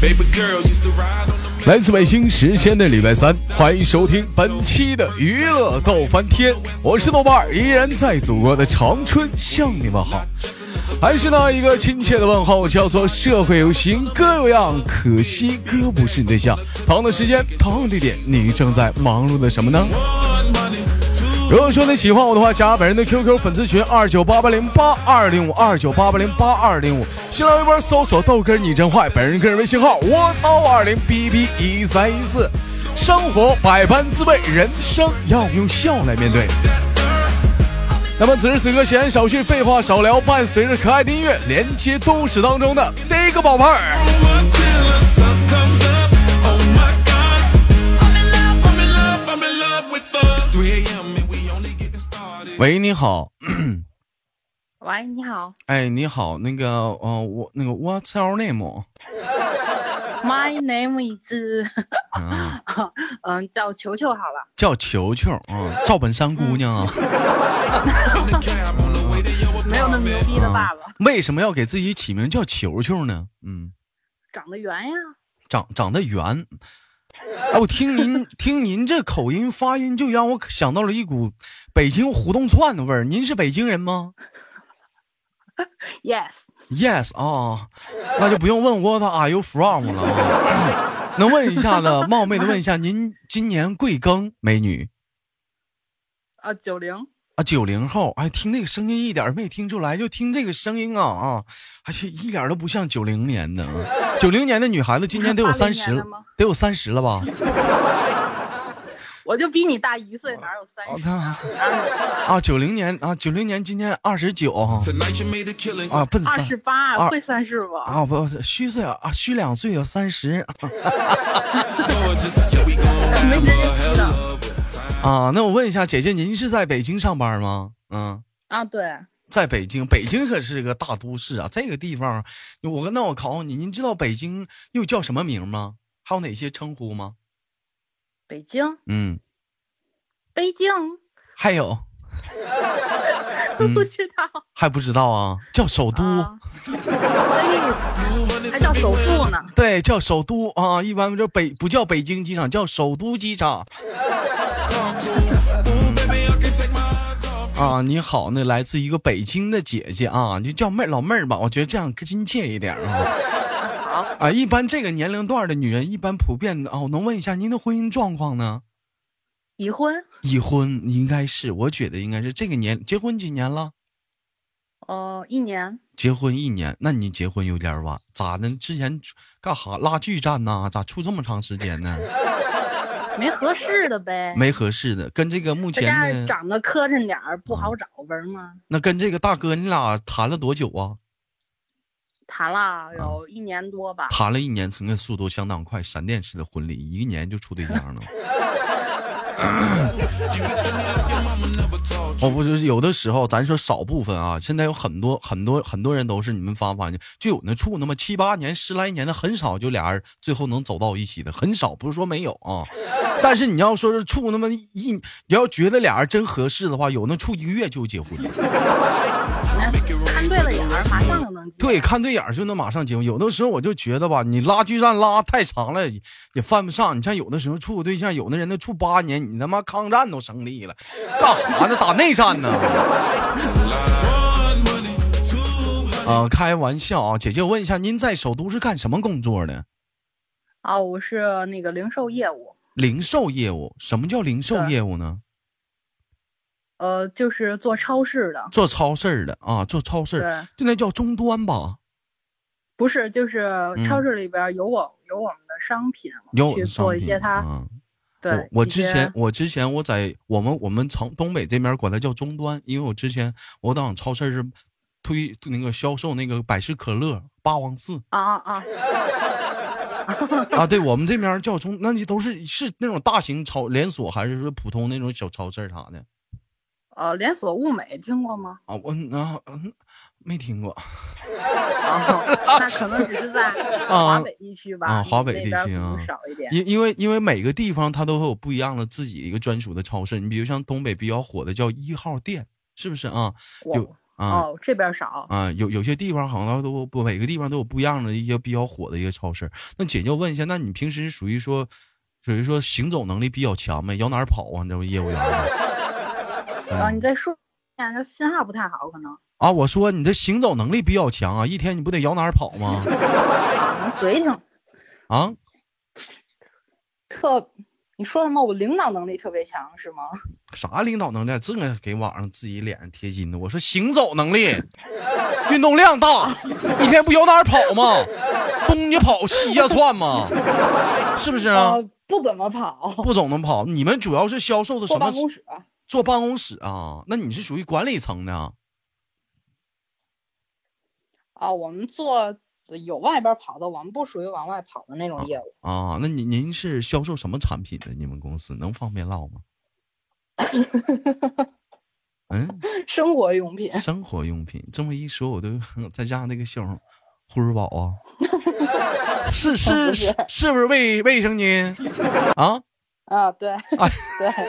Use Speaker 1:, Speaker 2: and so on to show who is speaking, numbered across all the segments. Speaker 1: Baby girl used to ride on the
Speaker 2: 来自北京时间的礼拜三，欢迎收听本期的娱乐逗翻天，我是豆瓣儿，依然在祖国的长春向你们好，还是那一个亲切的问候，叫做社会有型哥有样，可惜哥不是你对象。同样的时间，同样地点，你正在忙碌的什么呢？
Speaker 1: one money, two
Speaker 2: 如果说你喜欢我的话，加本人的 QQ 粉丝群二九八八零八二零五二九八八零八二零五，新浪微博搜索豆哥儿你真坏，本人个人微信号我操二零 bb 一三一四。生活百般滋味，人生要用笑来面对。那么此时此刻，闲言少叙，废话少聊，伴随着可爱的音乐，连接都市当中的第一个宝贝儿。
Speaker 1: until the sun comes up. Oh my god, I'm in love, I'm in love, I'm in love with us. It's 3 a.m. and we only getting started.
Speaker 2: 喂，你好，
Speaker 3: 喂，你好，
Speaker 2: 哎，你好，那个，呃，我那个 What's your name？哦
Speaker 3: My name is，嗯，
Speaker 2: 啊
Speaker 3: 叫球球好了。
Speaker 2: 叫球球啊、赵本山姑娘啊。
Speaker 1: In the cab on the way to your
Speaker 3: 没有那么牛
Speaker 1: apartment.
Speaker 3: 逼的
Speaker 2: 啊
Speaker 3: 爸爸，
Speaker 2: 为什么要给自己起名叫球球呢？嗯，
Speaker 3: 长得圆呀，
Speaker 2: 长长得圆。哎，我听您 听您这口音发音，就让我想到了一股北京胡同串的味儿。您是北京人吗
Speaker 3: Yes，
Speaker 2: ？Yes 啊，那就不用问 What are you from 了啊。 能问一下子，冒昧的问一下，您今年贵庚？美女
Speaker 3: 啊，九零，
Speaker 2: 啊，九零后。哎，听那个声音一点儿没听出来，就听这个声音啊啊，而且一点儿都不像九零年的。九零年的女孩子今年得有
Speaker 3: 80
Speaker 2: 三
Speaker 3: 年
Speaker 2: 十
Speaker 3: 的吗，
Speaker 2: 得有三十了吧？
Speaker 3: 我就比你大一岁，哪有三
Speaker 2: 哦，
Speaker 3: 十？
Speaker 2: 他啊，九零年啊，九零年今年二十九
Speaker 1: Tonight you made a killing.
Speaker 2: 啊，奔
Speaker 3: 二
Speaker 2: 三
Speaker 3: 十八
Speaker 2: 二
Speaker 3: 会算数不？
Speaker 2: 啊，不是虚岁啊，虚两岁啊，三十
Speaker 1: Gorgeous, yeah, we gon' have a hell of a time.
Speaker 2: 啊。那我问一下，姐姐，您是在北京上班吗？嗯，
Speaker 3: 啊，对，
Speaker 2: 在北京，北京可是个大都市啊，这个地方，我跟那我考考你，您知道北京又叫什么名吗？还有哪些称呼吗？
Speaker 3: 北京，
Speaker 2: 嗯，
Speaker 3: 北京
Speaker 2: 还有
Speaker 3: 都 不知道
Speaker 2: 还不知道嗯啊，叫首都。
Speaker 3: 啊，哎，还叫首富呢，
Speaker 2: 对，叫首都啊，一般就北不叫北京机场，叫首都机场
Speaker 1: Ooh, baby, I can take my eyes off.
Speaker 2: 啊。你好，那来自一个北京的姐姐啊，就叫妹儿老妹儿吧，我觉得这样更亲切一点啊。啊，一般这个年龄段的女人，一般普遍的啊，我能问一下您的婚姻状况呢？
Speaker 3: 已婚，
Speaker 2: 已婚应该是，我觉得应该是这个年结婚几年了？
Speaker 3: 呃，一年，
Speaker 2: 结婚一年，那你结婚有点晚，咋的？之前干哈拉锯战呢？咋处这么长时间呢？
Speaker 3: 没合适的呗。
Speaker 2: 没合适的，跟这个目
Speaker 3: 再
Speaker 2: 前
Speaker 3: 加
Speaker 2: 的
Speaker 3: 上长得磕碜点儿不
Speaker 2: 啊
Speaker 3: 好找，不是吗？
Speaker 2: 那跟这个大哥，你俩谈了多久啊？
Speaker 3: 谈了有一年多吧，
Speaker 2: 谈了一年，那速度相当快，闪电式的婚礼，一年就处对象了。 我哦不是有的时候，咱说少部分啊，现在有很多很多很多人都是，你们发没发现，就有那处那么七八年、十来年的，很少就俩人最后能走到一起的，很少，不是说没有啊。但是你要说是处那么一，你要觉得俩人真合适的话，有那处一个月就结婚。
Speaker 3: 看对了眼儿，马上就能结。
Speaker 2: 对，看对眼儿就能马上结婚。有的时候我就觉得吧，你拉锯战拉太长了也也犯不上。你像有的时候处个对象，有的人都处八年，你他妈抗战都胜 利了，干啥呢？打内战呢？
Speaker 1: One money, two
Speaker 2: 啊、开玩笑啊，姐姐，我问一下，您在首都是干什么工作的？
Speaker 3: 啊，我是那个零售业务，
Speaker 2: 零售业务？什么叫零售
Speaker 3: 对
Speaker 2: 业务呢？
Speaker 3: 呃，就是做超市的，
Speaker 2: 做超市儿的啊，做超市儿，
Speaker 3: 对，
Speaker 2: 就那叫终端吧？
Speaker 3: 不是，就是超市里边儿有我有我们的商品，
Speaker 2: 嗯有
Speaker 3: 去
Speaker 2: 商
Speaker 3: 做一
Speaker 2: 品
Speaker 3: 些它，
Speaker 2: 啊
Speaker 3: 对，
Speaker 2: 我我
Speaker 3: 一
Speaker 2: 之
Speaker 3: 些
Speaker 2: 前我之前我在我们我们城东北这边管它叫终端，因为我之前我当超市是推那个销售那个百事可乐、霸王寺
Speaker 3: 啊啊，
Speaker 2: 啊，对我们这边叫中，那就都是是那种大型超连锁，还是说普通那种小超市啥的
Speaker 3: 呃，连锁物美听过吗？
Speaker 2: 啊？我嗯啊嗯没听过
Speaker 3: 啊，那可能只是在
Speaker 2: 啊
Speaker 3: 华北地区吧，
Speaker 2: 啊华北地
Speaker 3: 那边
Speaker 2: 区
Speaker 3: 可能
Speaker 2: 啊
Speaker 3: 少一点。
Speaker 2: 因因为因为每个地方它都会有不一样的自己一个专属的超市，你比如像东北比较火的叫一号店，是不是啊？
Speaker 3: 我
Speaker 2: 有啊
Speaker 3: 哦，这边少。
Speaker 2: 啊，有有些地方好像都不每个地方都有不一样的一些比较火的一个超市。那姐就问一下，那你平时属于说，属于说行走能力比较强呗？摇哪儿跑啊？你这业务员
Speaker 3: 啊，你再说一下，这信号不太好，可能
Speaker 2: 啊？我说你这行走能力比较强啊，一天你不得摇哪儿跑吗？
Speaker 3: 可能嘴挺
Speaker 2: 啊，
Speaker 3: 特。你说什么？我领导能力特别强是吗？
Speaker 2: 啥领导能力？这个给网上自己脸上贴金的。我说行走能力，运动量大，一天不摇哪儿跑吗？东家跑西家窜吗？是不是啊？
Speaker 3: 呃，不怎么跑，
Speaker 2: 不总能跑，你们主要是销售的什
Speaker 3: 坐
Speaker 2: 么
Speaker 3: 办？公室。
Speaker 2: 坐办公室啊？那你是属于管理层的啊
Speaker 3: 啊，我们做呃有外边跑的，我们不属于往外跑的那种业务。
Speaker 2: 啊？那您您是销售什么产品的？你们公司能方便唠吗？嗯，
Speaker 3: 生活用品，
Speaker 2: 生活用品。这么一说，我都 在家那个小呼儿宝啊，是是
Speaker 3: 不是
Speaker 2: 是是不是卫卫生巾啊？
Speaker 3: 啊，对， 对，
Speaker 1: How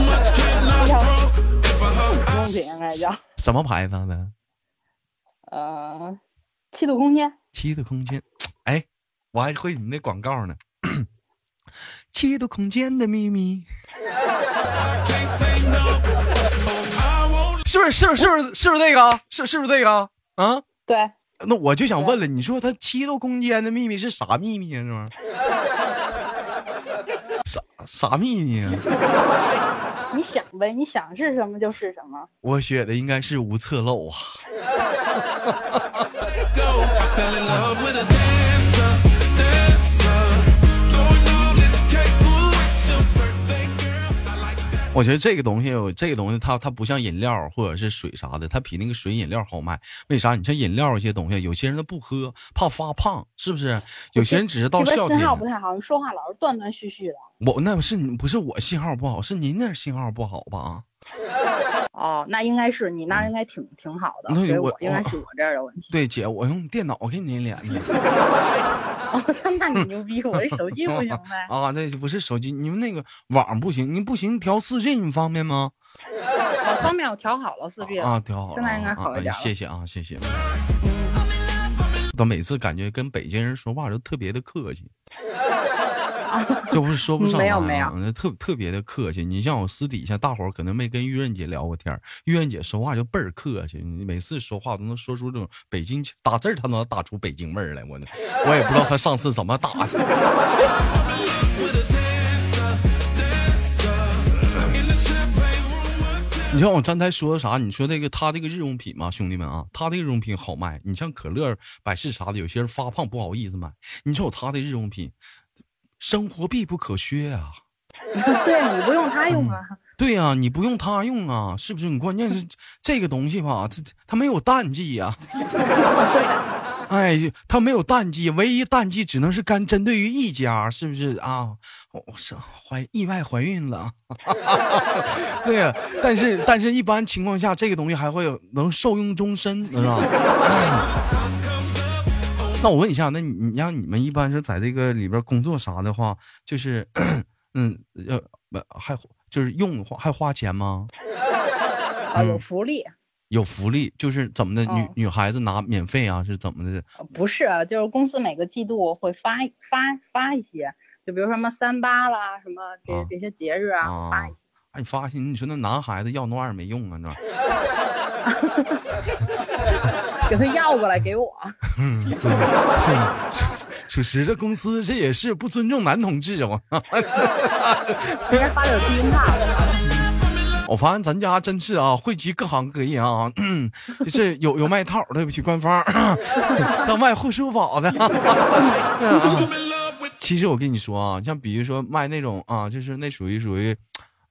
Speaker 1: much can I throw if a hoe
Speaker 3: 用品应该叫
Speaker 2: 什么牌子的？
Speaker 3: 呃，七度空间。
Speaker 2: 七度空间，哎，我还会你们那广告呢。 七度空间的秘密，
Speaker 1: can't say no? Oh, I won't
Speaker 2: 是不是？是不是？是不是？是不是这个？是是不是这个？啊？
Speaker 3: 对，
Speaker 2: 那我就想问了，你说他七度空间的秘密是啥秘密啊？这玩意儿， 啥啥秘密啊？
Speaker 3: 你想呗，你想是什么就是什么。
Speaker 2: 我觉得应该是无侧漏啊。
Speaker 1: go. I fell in love with a dancer, dancer. Throwing all this cake, ooh, it's your birthday, girl. I like that.
Speaker 2: 我觉得这个东西，我这个东西它它不像饮料或者是水啥的，它比那个水饮料好卖。为啥？你像饮料一些东西，有些人他不喝，怕发胖，是不是？有些人只是到
Speaker 3: 这
Speaker 2: 夏
Speaker 3: 边信
Speaker 2: 天，
Speaker 3: 号不太好，你说话老是断断续续的。
Speaker 2: 我那不是你不是我信号不好，是您那信号不好吧？啊。
Speaker 3: 哦，那应该是你那儿应该挺挺好的，
Speaker 2: 那
Speaker 3: 所以
Speaker 2: 我
Speaker 3: 我应该是我这儿的问题。
Speaker 2: 对，姐，我用电脑给您连的。？
Speaker 3: 哦，那你牛逼，我这手机不行呗
Speaker 2: 啊，那不是手机，你们那个网不行，你不行调四 G，你方便吗？
Speaker 3: 我方面我调好了四 G
Speaker 2: 啊，
Speaker 3: 了，
Speaker 2: 调好了啊，
Speaker 3: 现在应该好一点
Speaker 2: 啊
Speaker 3: 了
Speaker 2: 谢谢啊，谢谢。我每次感觉跟北京人说话都特别的客气，这不是说不上来、
Speaker 3: 没有
Speaker 2: 啊，
Speaker 3: 没有
Speaker 2: 特特别的客气。你像我私底下，大伙儿可能没跟玉润姐聊过天儿，玉润姐说话就倍儿客气，你每次说话都能说出这种北京腔打字，她能打出北京味儿来。我我也不知道她上次怎么打的。你像我刚才说的啥？你说这个他这个日用品嘛，兄弟们啊，他这个日用品好卖。你像可乐、百事啥的，有些人发胖不好意思买。你瞅他的日用品，生活必不可缺啊。
Speaker 3: 对你不用它用啊。
Speaker 2: 对呀、你不用它用啊，是不是？你关键是这个东西吧，它它没有淡季呀、 哎，它没有淡季，唯一淡季只能是干针对于一家，是不是啊？我我是怀意外怀孕了， 对呀、但是但是一般情况下，这个东西还会有能受用终身，是吧？哎 那我问一下，那你你让你们一般是在这个里边工作啥的话，就是，嗯，要不还就是用花还花钱吗？嗯
Speaker 3: 啊，有福利。
Speaker 2: 有福利，就是怎么的，女、
Speaker 3: 嗯
Speaker 2: 女孩子拿免费啊，是怎么的？
Speaker 3: 呃不是啊，就是公司每个季度会发一发发一些，就比如说什么三八啦，什么这、
Speaker 2: 啊
Speaker 3: 这些节日啊，
Speaker 2: 啊
Speaker 3: 发一些。
Speaker 2: 哎，你发现你说那男孩子要那玩意儿没用啊，那玩意儿
Speaker 3: 给他要过来给我。
Speaker 2: 属实这公司这也是不尊重男同志啊！ 我
Speaker 3: 应该发点避孕套。
Speaker 2: 我发现咱家真是啊，汇集各行各业啊， 就是有有卖套的，对不起官方， 当卖护舒宝的。
Speaker 1: I'm in love with
Speaker 2: 其实我跟你说啊，像比如说卖那种啊，就是那属于属于，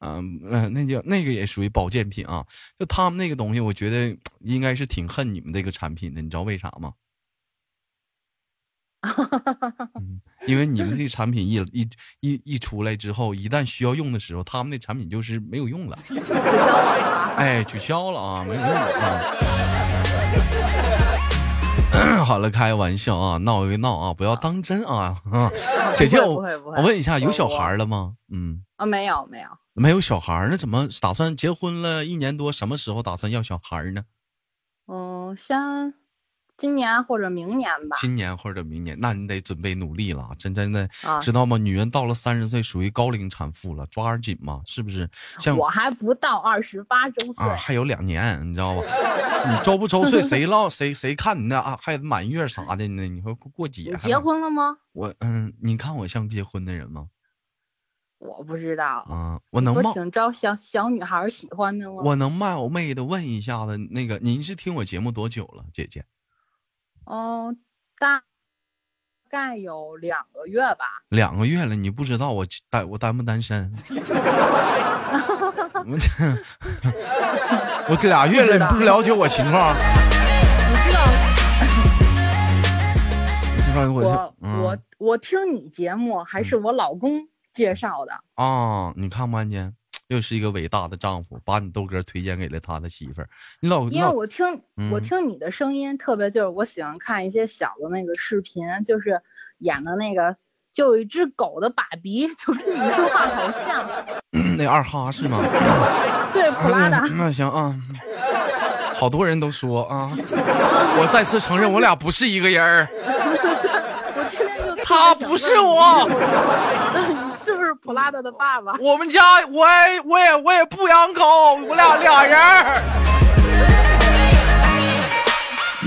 Speaker 2: 嗯、嗯、那叫那个也属于保健品啊。就他们那个东西，我觉得应该是挺恨你们这个产品的，你知道为啥吗？嗯因为你们这个产品一一一一出来之后，一旦需要用的时候，他们那产品就是没有用了，哎，取消了啊，没有用了啊。 好了，开玩笑啊，闹归闹啊，不要当真啊。啊姐姐，
Speaker 3: 不
Speaker 2: 我
Speaker 3: 会不会，
Speaker 2: 我问一下，有小
Speaker 3: 我
Speaker 2: 孩儿了吗？嗯，
Speaker 3: 啊，没有没有，
Speaker 2: 没有小孩儿，那怎么打算结婚了一年多，什么时候打算要小孩儿呢？
Speaker 3: 嗯，先今年或者明年吧。
Speaker 2: 今年或者明年，那你得准备努力了，真真的、
Speaker 3: 啊
Speaker 2: 知道吗？女人到了三十岁属于高龄产妇了，抓点紧嘛，是不是？像
Speaker 3: 我还不到二十八周岁
Speaker 2: 啊，，还有两年，你知道吧？你周不周岁谁唠谁谁看你那啊，还满月啥的呢？你说过过节
Speaker 3: 你
Speaker 2: 还
Speaker 3: 结
Speaker 2: 没？
Speaker 3: 婚了吗？
Speaker 2: 我嗯，你看我像结婚的人吗？
Speaker 3: 我不知道，
Speaker 2: 啊，我能
Speaker 3: 我
Speaker 2: 冒
Speaker 3: 挺招小小女孩喜欢的吗？
Speaker 2: 我能冒昧的问一下子，那个您是听我节目多久了，姐姐？
Speaker 3: 哦，大概有两个月吧。
Speaker 2: 两个月了，你不知道我单我单不单 身？我这我这俩月了，你不了解我情况？
Speaker 3: 你知道
Speaker 2: 这帮人我
Speaker 3: 我嗯
Speaker 2: 这
Speaker 3: 我
Speaker 2: 嗯
Speaker 3: 我听你节目还是我老公介绍的，
Speaker 2: 啊，你看不看见？又是一个伟大的丈夫，把你豆哥推荐给了他的媳妇儿。你老
Speaker 3: 因为
Speaker 2: 老
Speaker 3: 我听我
Speaker 2: 嗯
Speaker 3: 听你的声音特别就是我喜欢看一些小的那个视频，就是演的那个就有一只狗的爸比，就跟你说话好像，
Speaker 2: 那二哈是吗？
Speaker 3: 对普拉达。
Speaker 2: 那行啊，好多人都说啊，我再次承认我俩不是一个人儿，
Speaker 3: 我今天就特别
Speaker 2: 他
Speaker 3: 想
Speaker 2: 不
Speaker 3: 问
Speaker 2: 是
Speaker 3: 你，
Speaker 2: 我，
Speaker 3: 你是不是普拉达的爸爸？
Speaker 2: 我们家我也我也我也不养狗，我俩俩人儿。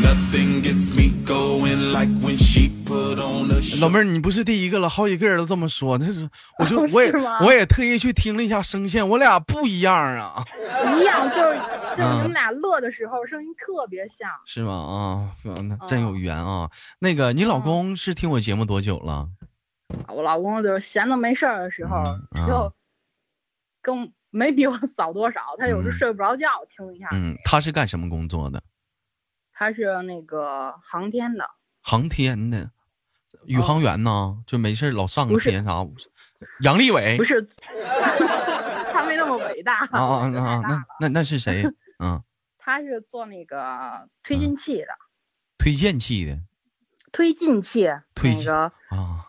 Speaker 1: Nothing gets me going like when she put on a show.
Speaker 2: 老妹儿，你不是第一个了，好几个人都这么说，那是我就
Speaker 3: 哦是
Speaker 2: 我也
Speaker 3: 吗
Speaker 2: 我也特意去听了一下声线，我俩不一样啊，
Speaker 3: 一样，就是就是你
Speaker 2: 嗯
Speaker 3: 们俩乐的时候声音特别像。
Speaker 2: 是吗？啊，是那真
Speaker 3: 哦
Speaker 2: 有缘啊。那个，你
Speaker 3: 嗯
Speaker 2: 老公是听我节目多久了？
Speaker 3: 我老公就是闲的没事儿的时候
Speaker 2: 嗯
Speaker 3: 就跟没比我早多少，他有时
Speaker 2: 嗯
Speaker 3: 候睡不着觉听一下。
Speaker 2: 嗯，他是干什么工作的？
Speaker 3: 他是那个航天的，
Speaker 2: 航天的，宇航员呐，就没事儿老上个
Speaker 3: 哦不是
Speaker 2: 天啥。杨利伟
Speaker 3: 不是，他没那么伟大。
Speaker 2: 啊啊啊啊！
Speaker 3: 太大
Speaker 2: 那那那是谁？嗯，
Speaker 3: 他是做那个推进器的，
Speaker 2: 推荐器的
Speaker 3: 推进器，
Speaker 2: 推
Speaker 3: 那
Speaker 2: 进
Speaker 3: 个
Speaker 2: 啊。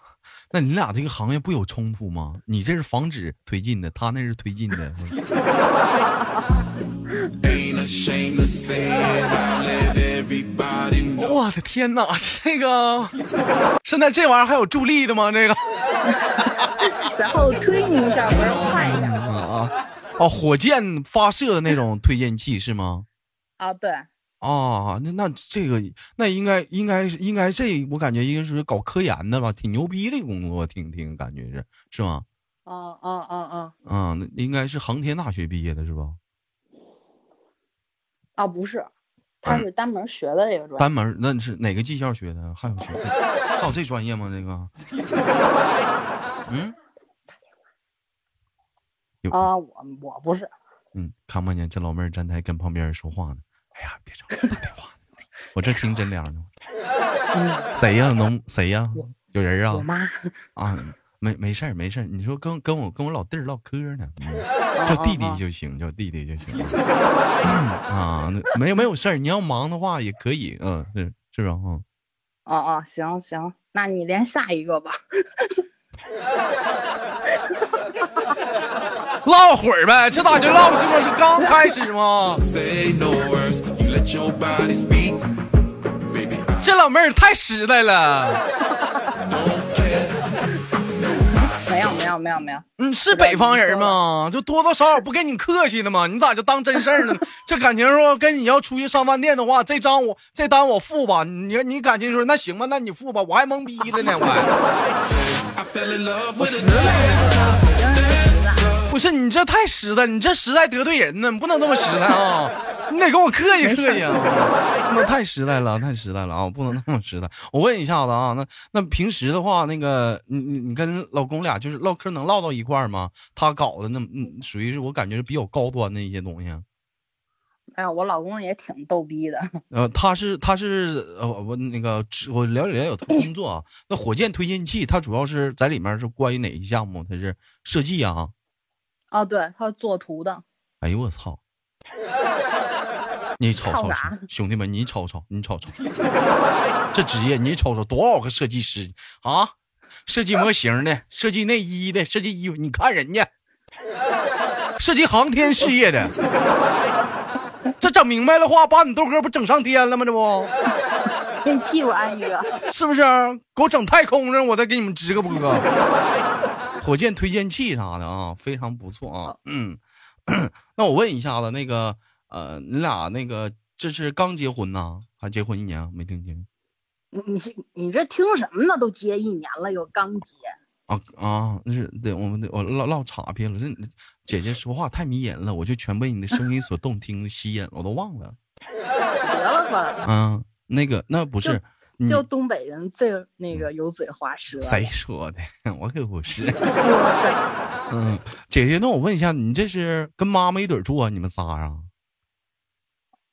Speaker 2: 那你俩这个行业不有冲突吗？你这是防止推进的，他那是推进 的。
Speaker 1: Ain't ashamed to say it. I let everybody know.
Speaker 2: 我的天哪，这个现在这玩意儿还有助力的吗？这个
Speaker 3: 然后推你一下，我让快一 点。
Speaker 2: 啊啊哦，火箭发射的那种推荐器是吗？
Speaker 3: 啊，对，
Speaker 2: 啊，那那这个那应该应该是应该这我感觉应该是搞科研的吧，挺牛逼的工作，挺挺感觉是是吗？
Speaker 3: 哦哦哦哦，
Speaker 2: 啊，那应该是航天大学毕业的是吧？
Speaker 3: 啊不是，他是单门学的这个专业。
Speaker 2: 单门儿那是哪个技校学的？还有学 还有这专业吗？这个？嗯，有
Speaker 3: 啊，我我不是，
Speaker 2: 嗯，看不见这老妹儿站台跟旁边人说话呢。哎呀，别吵，打电话呢，我这听真凉呢。谁呀、能谁呀、有人
Speaker 3: 嗯我
Speaker 2: 啊？
Speaker 3: 妈。
Speaker 2: 啊，没没事儿没事儿，你说跟跟我跟我老弟儿唠嗑呢，嗯叫
Speaker 3: 哦
Speaker 2: 弟弟
Speaker 3: 哦
Speaker 2: 就行，叫弟弟就行。啊，那没有没有事儿，你要忙的话也可以，嗯，是是吧？嗯，
Speaker 3: 哦哦，行行，那你连下一个吧。
Speaker 2: 唠会儿呗，这咋就唠这不是刚开始吗？
Speaker 1: Say no words. You let your body speak. Baby, I
Speaker 2: 这老妹儿太实在了，
Speaker 1: don't care.
Speaker 3: 没有没有没有没有，
Speaker 2: 你是北方人吗？就多多少少不跟你客气的嘛，你咋就当真事儿了呢？这感情说跟你要出去上饭店的话，这张我这单我付吧。你你感情说那行吧，那你付吧，我还懵逼了呢，我还
Speaker 1: I fell in love with a dance.
Speaker 2: 不是你这太实在，你这实在得罪人呢，你不能这么实在啊，你得跟我客气客气啊。那太实在了，太实在了啊！不能那么实在。我问一下子啊，那那平时的话，那个你你你跟老公俩就是唠嗑能唠到一块儿吗？他搞的那嗯，属于是我感觉是比较高端的一些东西。啊
Speaker 3: 哎呀，我老公也挺逗逼的。
Speaker 2: 呃，他是他是呃我那个我了解了解他工作啊。那火箭推进器，它主要是在里面是关于哪一项目？它是设计啊？
Speaker 3: 哦，对，他是做图的。
Speaker 2: 哎呦我操！你瞅瞅
Speaker 3: 吵啥，
Speaker 2: 兄弟们，你瞅瞅，你瞅瞅，这职业你瞅瞅多少个设计师啊？设计模型的，设计内衣的，设计衣服，你看人家，设计航天事业的，这整明白了话，把你豆哥不整上天了吗？这不
Speaker 3: 给你屁股安一个。
Speaker 2: 是不是啊？给我整太空上，我再给你们支个播。火箭推荐器啥的啊，非常不错啊。嗯， 那我问一下子，那个呃，你俩那个这是刚结婚呐、还结婚一年啊没听清
Speaker 3: 你你你这听什么呢？都结一年了，又刚结，
Speaker 2: 啊啊？那是对，我们得我唠唠岔劈了。这你姐姐说话太迷人了，我就全被你的声音所动听 吸引了，我都忘了。
Speaker 3: 得了吧，
Speaker 2: 嗯，那个那不是你
Speaker 3: 就东北人最那个油嘴滑舌了。
Speaker 2: 谁说的？ 我可不 是。
Speaker 3: 说
Speaker 2: 嗯，姐姐，那我问一下，你这是跟妈妈一堆儿住啊？你们仨啊？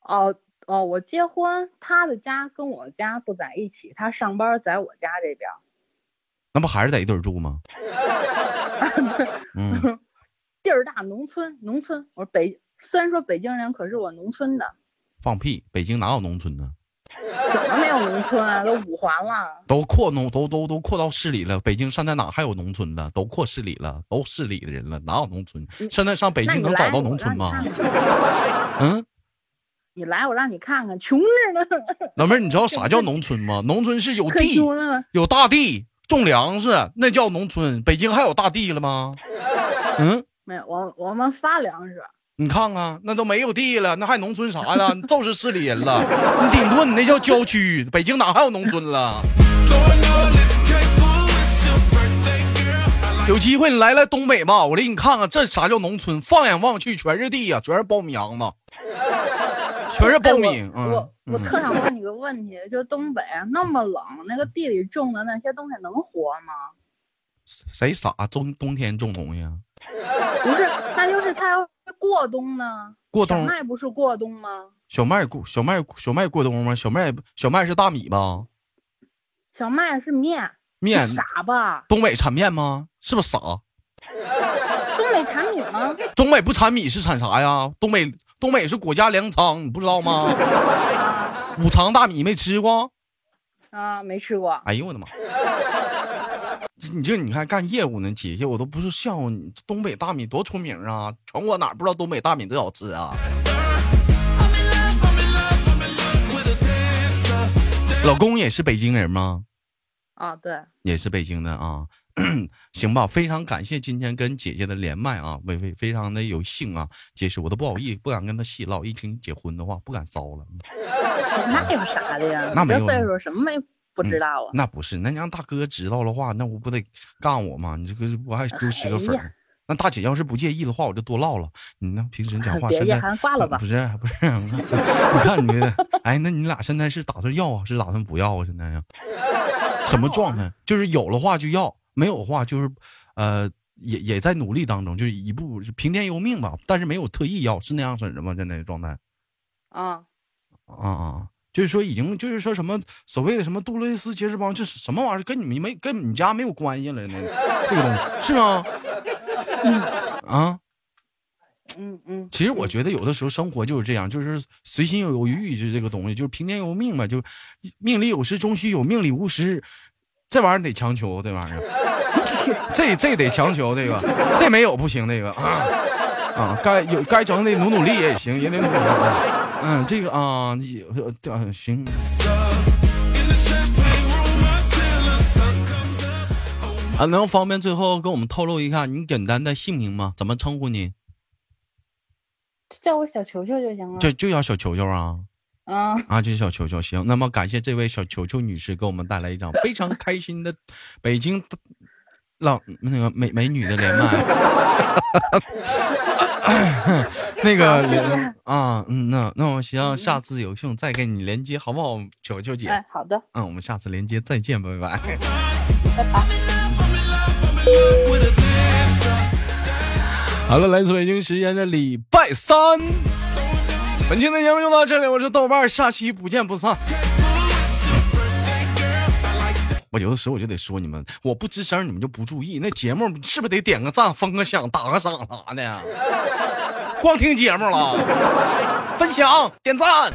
Speaker 3: 哦哦，我结婚，他的家跟我家不在一起，他上班在我家这边儿。
Speaker 2: 那不还是在一堆儿住 吗？嗯，
Speaker 3: 地儿大，农村，农村。我说北，虽然说北京人，可是我农村的，
Speaker 2: 放屁！北京哪有农村呢？
Speaker 3: 怎么没有农村啊？都五环了，
Speaker 2: 都扩农，都都都扩到市里了。北京现在哪还有农村了？都扩市里了，都市里的人了，哪有农村？现在上北
Speaker 3: 嗯那
Speaker 2: 京
Speaker 3: 你
Speaker 2: 能
Speaker 3: 来
Speaker 2: 找到
Speaker 3: 我
Speaker 2: 农村
Speaker 3: 让
Speaker 2: 吗？
Speaker 3: 你看看
Speaker 2: 嗯，
Speaker 3: 你来，我让你看看，穷着呢，
Speaker 2: 老妹儿，你知道啥叫农村 吗？农村是有
Speaker 3: 可
Speaker 2: 地，
Speaker 3: 穷了。
Speaker 2: 有大地种粮食，那叫农村。北京还有大地了吗？嗯，
Speaker 3: 没有，我我们发粮食，
Speaker 2: 你看看，那都没有地了，那还农村啥了？你就是市里人了，你顶多你那叫郊区。北京哪还有农村了？
Speaker 1: Throwing all this cake, ooh, it's your birthday, girl. I like
Speaker 2: 有机会你来来东北吧，我领你看看这啥叫农村。放眼望去全是地呀、全是苞米秧子，全是苞米。嗯
Speaker 3: 哎我我我特想问你个问题，就东北那么冷，那个地里种的那些东西能活吗？
Speaker 2: 谁傻冬冬天种东西啊？
Speaker 3: 不是，那就是它要是过冬呢？
Speaker 2: 过
Speaker 3: 小
Speaker 2: 冬
Speaker 3: 麦不是过冬吗？
Speaker 2: 小麦过小麦小麦过冬吗？小麦小麦是大米吧？
Speaker 3: 小麦是面，
Speaker 2: 面
Speaker 3: 你傻吧？
Speaker 2: 东北产面吗？是不是傻？
Speaker 3: 东北产品吗？
Speaker 2: 东北不产米是产啥呀？东北东北是国家粮仓，你不知道吗？五常大米没吃过？
Speaker 3: 啊，没吃过。
Speaker 2: 哎呦我的妈！你这你看干业务呢，姐姐，我都不是笑话你，东北大米多出名啊！全国哪儿不知道东北大米最好吃啊？
Speaker 1: I'm in love, I'm in love, I'm in love with a dancer.
Speaker 2: 老公也是北京人吗？
Speaker 3: 啊，对，
Speaker 2: 也是北京的啊。行吧，非常感谢今天跟姐姐的连麦啊，微微非常的有幸啊，解释我都不好意思，不敢跟她细唠，一听结婚的话不敢骚了。
Speaker 3: 那有啥的呀？
Speaker 2: 那
Speaker 3: 你这
Speaker 2: 没有
Speaker 3: 岁数什么没不知道啊？
Speaker 2: 那不是，那你让大哥知道的话，那我不得干我吗？你这个不还丢十个粉
Speaker 3: 哎
Speaker 2: 儿？那大姐要是不介意的话，我就多唠了。你那平时你 讲话，
Speaker 3: 别
Speaker 2: 现
Speaker 3: 介
Speaker 2: 在嗯
Speaker 3: 还挂了吧
Speaker 2: 不是不是，你看你这，哎，那你俩现在是打算要啊，是打算不要啊？现在呀，什么状态？就是有了话就要，没有的话就是，呃，也也在努力当中，就是一步平天由命吧。但是没有特意要，是那样式的吗？现在的状态？
Speaker 3: 啊，
Speaker 2: 啊啊，就是说已经就是说什么所谓的什么杜蕾斯结石帮，这是什么玩意儿？跟你们没跟你们家没有关系了呢？这个东西是吗？啊，
Speaker 3: 嗯嗯，
Speaker 2: 其实我觉得有的时候生活就是这样，就是随心有余，就这个东西，就是平天由命嘛，就命里有时终须有，命里无时。这玩意儿得强求，这玩意儿，这这得强求，这个这没有不行，这个啊啊，该有该整得努努力也行，也得努努力。嗯，这个啊，也呃行。
Speaker 1: In the champagne room until the sun comes up.
Speaker 2: 啊，能方便最后跟我们透露一下你简单的姓名吗？怎么称呼你？
Speaker 3: 叫我小球球就行了。
Speaker 2: 就就叫小球球啊
Speaker 3: 啊，
Speaker 2: 啊，就小球球。行，那么感谢这位小球球女士给我们带来一场 非常开心的北京老那个美美女的连麦。 那个连啊，嗯，那那我希望下次有空再跟你连接，好不好，球球姐
Speaker 3: 哎？，好的，
Speaker 2: 嗯，我们下次连接再见，拜拜。
Speaker 1: With a dancer.
Speaker 2: 好了，来自北京时间的礼拜三，本期的节目就到这里，我是豆瓣儿，下期不见不散。我有的时候我就得说你们，我不吱声，你们就不注意。那节目是不是得点个赞、封个响、打个赏啥的？光听节目了，分享点赞。